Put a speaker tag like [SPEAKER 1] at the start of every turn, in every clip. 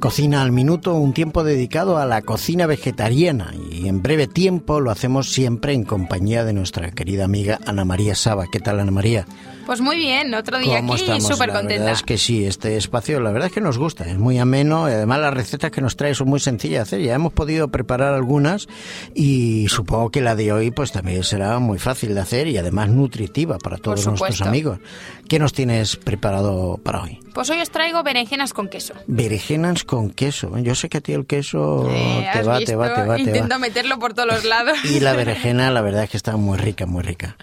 [SPEAKER 1] Cocina al Minuto, un tiempo dedicado a la cocina vegetariana y en breve tiempo lo hacemos siempre en compañía de nuestra querida amiga Ana María Saba. ¿Qué tal Ana María?
[SPEAKER 2] Pues muy bien, otro día
[SPEAKER 1] ¿Cómo
[SPEAKER 2] aquí
[SPEAKER 1] estamos?
[SPEAKER 2] súper
[SPEAKER 1] La
[SPEAKER 2] contenta.
[SPEAKER 1] verdad es que sí, este espacio la verdad es que nos gusta, es muy ameno y además las recetas que nos trae son muy sencillas de hacer, ya hemos podido preparar algunas y supongo que la de hoy pues también será muy fácil de hacer y además nutritiva para todos nuestros
[SPEAKER 2] supuesto.
[SPEAKER 1] amigos. ¿Qué nos tienes preparado para hoy?
[SPEAKER 2] Pues hoy os traigo berenjenas con queso.
[SPEAKER 1] Berenjenas con queso. Yo sé que a ti el queso
[SPEAKER 2] Eh,
[SPEAKER 1] Oh, te,
[SPEAKER 2] ¿has
[SPEAKER 1] va, te va,
[SPEAKER 2] visto?
[SPEAKER 1] te va, te va,
[SPEAKER 2] Intento meterlo por todos los lados.
[SPEAKER 1] Y la berenjena, la verdad es que está muy rica, muy rica.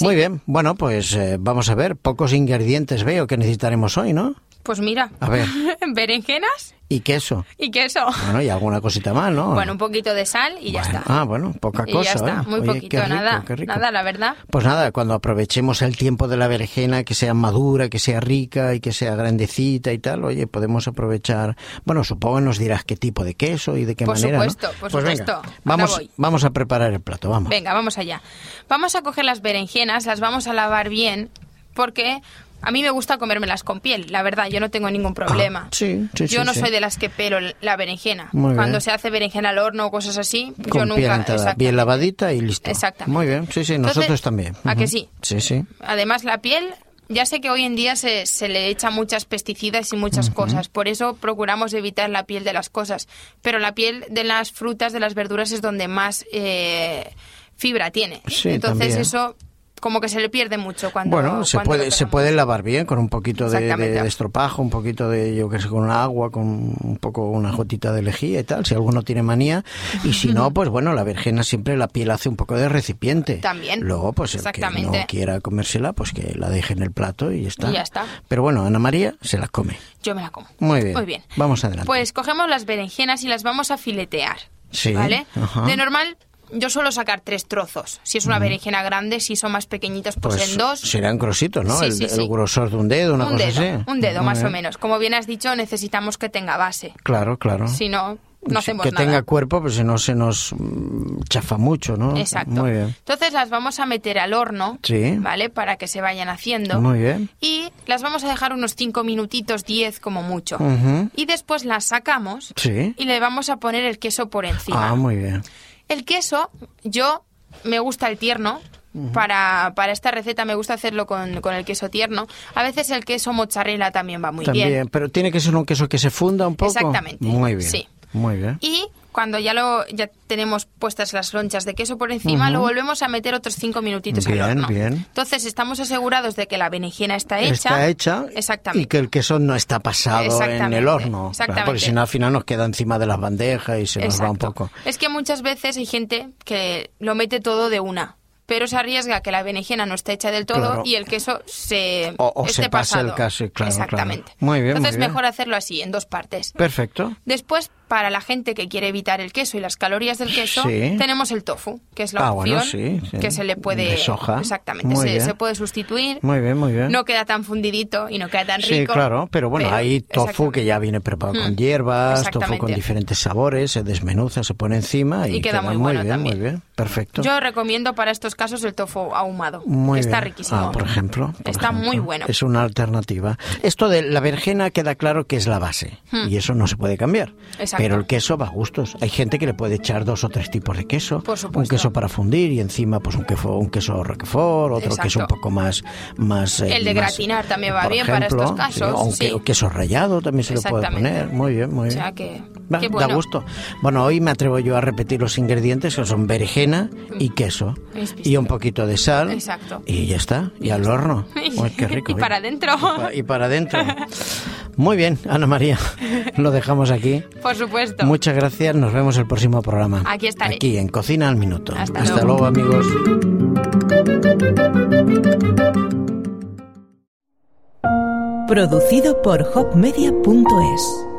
[SPEAKER 1] Muy bien, bueno, pues eh, vamos a ver, pocos ingredientes veo que necesitaremos hoy, ¿no?
[SPEAKER 2] Pues mira,
[SPEAKER 1] A ver.
[SPEAKER 2] berenjenas
[SPEAKER 1] Y queso.
[SPEAKER 2] y queso.
[SPEAKER 1] Bueno, y alguna cosita más, ¿no?
[SPEAKER 2] Bueno, un poquito de sal y ya
[SPEAKER 1] Bueno,
[SPEAKER 2] está.
[SPEAKER 1] Ah, bueno, poca
[SPEAKER 2] Y
[SPEAKER 1] cosa.
[SPEAKER 2] ya está,
[SPEAKER 1] ¿eh?
[SPEAKER 2] muy
[SPEAKER 1] Oye,
[SPEAKER 2] poquito,
[SPEAKER 1] qué rico,
[SPEAKER 2] nada,
[SPEAKER 1] qué rico.
[SPEAKER 2] nada, la verdad.
[SPEAKER 1] Pues nada, cuando aprovechemos el tiempo de la berenjena, que sea madura, que sea rica y que sea grandecita y tal, oye, podemos aprovechar. Bueno, supongo que nos dirás qué tipo de queso y de qué
[SPEAKER 2] Por
[SPEAKER 1] manera. ¿no?
[SPEAKER 2] supuesto, por
[SPEAKER 1] Pues venga,
[SPEAKER 2] supuesto. Ahora
[SPEAKER 1] vamos,
[SPEAKER 2] voy.
[SPEAKER 1] vamos a preparar el plato, vamos.
[SPEAKER 2] Venga, vamos allá. Vamos a coger las berenjenas, las vamos a lavar bien, porque a mí me gusta comérmelas con piel, la verdad, yo no tengo ningún problema.
[SPEAKER 1] Ah, sí, sí,
[SPEAKER 2] yo
[SPEAKER 1] sí,
[SPEAKER 2] no
[SPEAKER 1] sí.
[SPEAKER 2] soy de las que pelo la berenjena.
[SPEAKER 1] Muy
[SPEAKER 2] Cuando
[SPEAKER 1] bien.
[SPEAKER 2] se hace berenjena al horno o cosas así, yo
[SPEAKER 1] Con
[SPEAKER 2] nunca.
[SPEAKER 1] piel entrada,
[SPEAKER 2] exactamente.
[SPEAKER 1] bien lavadita y listo.
[SPEAKER 2] Exactamente.
[SPEAKER 1] Muy bien, sí, sí,
[SPEAKER 2] Entonces,
[SPEAKER 1] nosotros también.
[SPEAKER 2] ¿a que
[SPEAKER 1] Ujú.
[SPEAKER 2] sí?
[SPEAKER 1] Sí, sí.
[SPEAKER 2] Además, la piel, ya sé que hoy en día se, se le echa muchas pesticidas y muchas cosas, por eso procuramos evitar la piel de las cosas. Pero la piel de las frutas, de las verduras, es donde más eh, fibra tiene.
[SPEAKER 1] Sí,
[SPEAKER 2] Entonces,
[SPEAKER 1] también.
[SPEAKER 2] eso como que se le pierde mucho cuando.
[SPEAKER 1] Bueno, se
[SPEAKER 2] cuando
[SPEAKER 1] puede,
[SPEAKER 2] lo
[SPEAKER 1] se
[SPEAKER 2] pegamos.
[SPEAKER 1] puede lavar bien con un poquito de, de-
[SPEAKER 2] Exactamente.
[SPEAKER 1] de estropajo, un poquito de, yo qué sé, con agua, con un poco, una gotita de lejía y tal, si alguno tiene manía. Y si no, pues bueno, la vergena siempre la piel hace un poco de recipiente.
[SPEAKER 2] También.
[SPEAKER 1] Luego, pues el que no
[SPEAKER 2] Exactamente.
[SPEAKER 1] quiera comérsela, pues que la deje en el plato y ya está.
[SPEAKER 2] Y ya está.
[SPEAKER 1] Pero bueno, Ana María se la come.
[SPEAKER 2] Yo me la como.
[SPEAKER 1] Muy bien.
[SPEAKER 2] Muy bien.
[SPEAKER 1] Vamos adelante.
[SPEAKER 2] Pues cogemos las berenjenas y las vamos a filetear.
[SPEAKER 1] Sí,
[SPEAKER 2] ¿Vale?
[SPEAKER 1] ajá.
[SPEAKER 2] De normal, yo suelo sacar tres trozos. Si es una berenjena grande, si son más pequeñitos, pues, en dos.
[SPEAKER 1] serán grositos, ¿no?
[SPEAKER 2] Sí,
[SPEAKER 1] el,
[SPEAKER 2] sí,
[SPEAKER 1] el
[SPEAKER 2] sí.
[SPEAKER 1] grosor de un dedo, una
[SPEAKER 2] un
[SPEAKER 1] cosa
[SPEAKER 2] dedo,
[SPEAKER 1] así.
[SPEAKER 2] un dedo
[SPEAKER 1] Muy
[SPEAKER 2] más o
[SPEAKER 1] bien.
[SPEAKER 2] menos. Como bien has dicho, necesitamos que tenga base.
[SPEAKER 1] Claro, claro.
[SPEAKER 2] Si no, no
[SPEAKER 1] Ah. Sí,
[SPEAKER 2] hacemos
[SPEAKER 1] Pues, que
[SPEAKER 2] nada.
[SPEAKER 1] tenga cuerpo, pues si no se nos mm, chafa mucho, ¿no?
[SPEAKER 2] Exacto.
[SPEAKER 1] Muy bien.
[SPEAKER 2] Entonces las vamos a meter al horno,
[SPEAKER 1] Sí.
[SPEAKER 2] ¿vale? Para que se vayan haciendo.
[SPEAKER 1] Muy bien.
[SPEAKER 2] Y las vamos a dejar unos 5 minutitos, 10 como mucho.
[SPEAKER 1] Ujú.
[SPEAKER 2] Y después las sacamos
[SPEAKER 1] Sí.
[SPEAKER 2] y le vamos a poner el queso por encima.
[SPEAKER 1] Ah, muy bien.
[SPEAKER 2] El queso, yo me gusta el tierno. Para, para esta receta me gusta hacerlo con, con el queso tierno. A veces el queso mozzarella también va muy
[SPEAKER 1] También,
[SPEAKER 2] bien.
[SPEAKER 1] pero tiene que ser un queso que se funda un poco.
[SPEAKER 2] Exactamente,
[SPEAKER 1] Muy bien.
[SPEAKER 2] sí.
[SPEAKER 1] Muy bien.
[SPEAKER 2] Y cuando ya lo ya tenemos puestas las lonchas de queso por encima, lo volvemos a meter otros cinco minutitos
[SPEAKER 1] Bien,
[SPEAKER 2] al horno.
[SPEAKER 1] bien.
[SPEAKER 2] Entonces estamos asegurados de que la berenjena está hecha.
[SPEAKER 1] Está hecha
[SPEAKER 2] Exactamente.
[SPEAKER 1] y que el queso no está pasado en el
[SPEAKER 2] Exactamente,
[SPEAKER 1] horno. Claro, porque
[SPEAKER 2] exactamente.
[SPEAKER 1] si no, al final nos queda encima de las bandejas y se nos va un
[SPEAKER 2] Exacto.
[SPEAKER 1] poco.
[SPEAKER 2] Es que muchas veces hay gente que lo mete todo de una, pero se arriesga que la berenjena no esté hecha del todo
[SPEAKER 1] Claro.
[SPEAKER 2] y el queso se
[SPEAKER 1] O- o
[SPEAKER 2] esté
[SPEAKER 1] se pasa el
[SPEAKER 2] pasado.
[SPEAKER 1] caso, claro, claro.
[SPEAKER 2] Exactamente.
[SPEAKER 1] Muy bien, muy
[SPEAKER 2] Entonces
[SPEAKER 1] bien.
[SPEAKER 2] mejor hacerlo así, en dos partes.
[SPEAKER 1] Perfecto.
[SPEAKER 2] Después, para la gente que quiere evitar el queso y las calorías del queso,
[SPEAKER 1] Sí.
[SPEAKER 2] tenemos el tofu, que es la
[SPEAKER 1] Ah,
[SPEAKER 2] opción
[SPEAKER 1] bueno, sí, sí.
[SPEAKER 2] que se le puede...
[SPEAKER 1] De soja.
[SPEAKER 2] Exactamente,
[SPEAKER 1] Muy
[SPEAKER 2] se,
[SPEAKER 1] bien.
[SPEAKER 2] se puede sustituir.
[SPEAKER 1] Muy bien, muy bien.
[SPEAKER 2] No queda tan fundidito y no queda tan
[SPEAKER 1] Sí,
[SPEAKER 2] rico.
[SPEAKER 1] claro, pero bueno, hay tofu que ya viene preparado con
[SPEAKER 2] Mm,
[SPEAKER 1] hierbas, tofu con
[SPEAKER 2] exactamente.
[SPEAKER 1] diferentes sabores, se desmenuza, se pone encima y,
[SPEAKER 2] Y queda muy bueno
[SPEAKER 1] bien,
[SPEAKER 2] también.
[SPEAKER 1] muy bien, perfecto.
[SPEAKER 2] Yo recomiendo para estos casos el tofu ahumado,
[SPEAKER 1] Muy
[SPEAKER 2] que está
[SPEAKER 1] bien.
[SPEAKER 2] riquísimo.
[SPEAKER 1] Ah, por ejemplo. por
[SPEAKER 2] está
[SPEAKER 1] ejemplo.
[SPEAKER 2] muy bueno.
[SPEAKER 1] Es una alternativa. Esto de la vergena queda claro que es la base y eso no se puede cambiar.
[SPEAKER 2] Hmm. Exacto.
[SPEAKER 1] Pero el queso va a gustos. Hay gente que le puede echar dos o tres tipos de queso.
[SPEAKER 2] Por
[SPEAKER 1] un
[SPEAKER 2] supuesto.
[SPEAKER 1] queso para fundir y encima pues un queso, un queso roquefort, otro
[SPEAKER 2] Exacto.
[SPEAKER 1] queso un poco más... más eh,
[SPEAKER 2] El de
[SPEAKER 1] más-
[SPEAKER 2] gratinar también va
[SPEAKER 1] por
[SPEAKER 2] bien para
[SPEAKER 1] ejemplo,
[SPEAKER 2] estos casos,
[SPEAKER 1] o un
[SPEAKER 2] sí.
[SPEAKER 1] que- o queso rallado también se lo puede
[SPEAKER 2] Exactamente.
[SPEAKER 1] poner. Muy bien, muy
[SPEAKER 2] O
[SPEAKER 1] bien.
[SPEAKER 2] sea que-
[SPEAKER 1] Va,
[SPEAKER 2] que bueno.
[SPEAKER 1] Da gusto. Bueno, hoy me atrevo yo a repetir los ingredientes que son berenjena y queso.
[SPEAKER 2] Mm. Es visto.
[SPEAKER 1] Y un poquito de sal.
[SPEAKER 2] Exacto.
[SPEAKER 1] Y ya está. Y al horno. Uy, qué rico.
[SPEAKER 2] Y para
[SPEAKER 1] oye.
[SPEAKER 2] adentro.
[SPEAKER 1] Y pa- Y para adentro. Muy bien, Ana María. Lo dejamos aquí.
[SPEAKER 2] Por supuesto.
[SPEAKER 1] Muchas gracias. Nos vemos el próximo programa.
[SPEAKER 2] Aquí estaré.
[SPEAKER 1] Aquí en Cocina al Minuto.
[SPEAKER 2] Hasta
[SPEAKER 1] luego
[SPEAKER 2] luego.
[SPEAKER 1] amigos.
[SPEAKER 3] Producido por hopmedia.es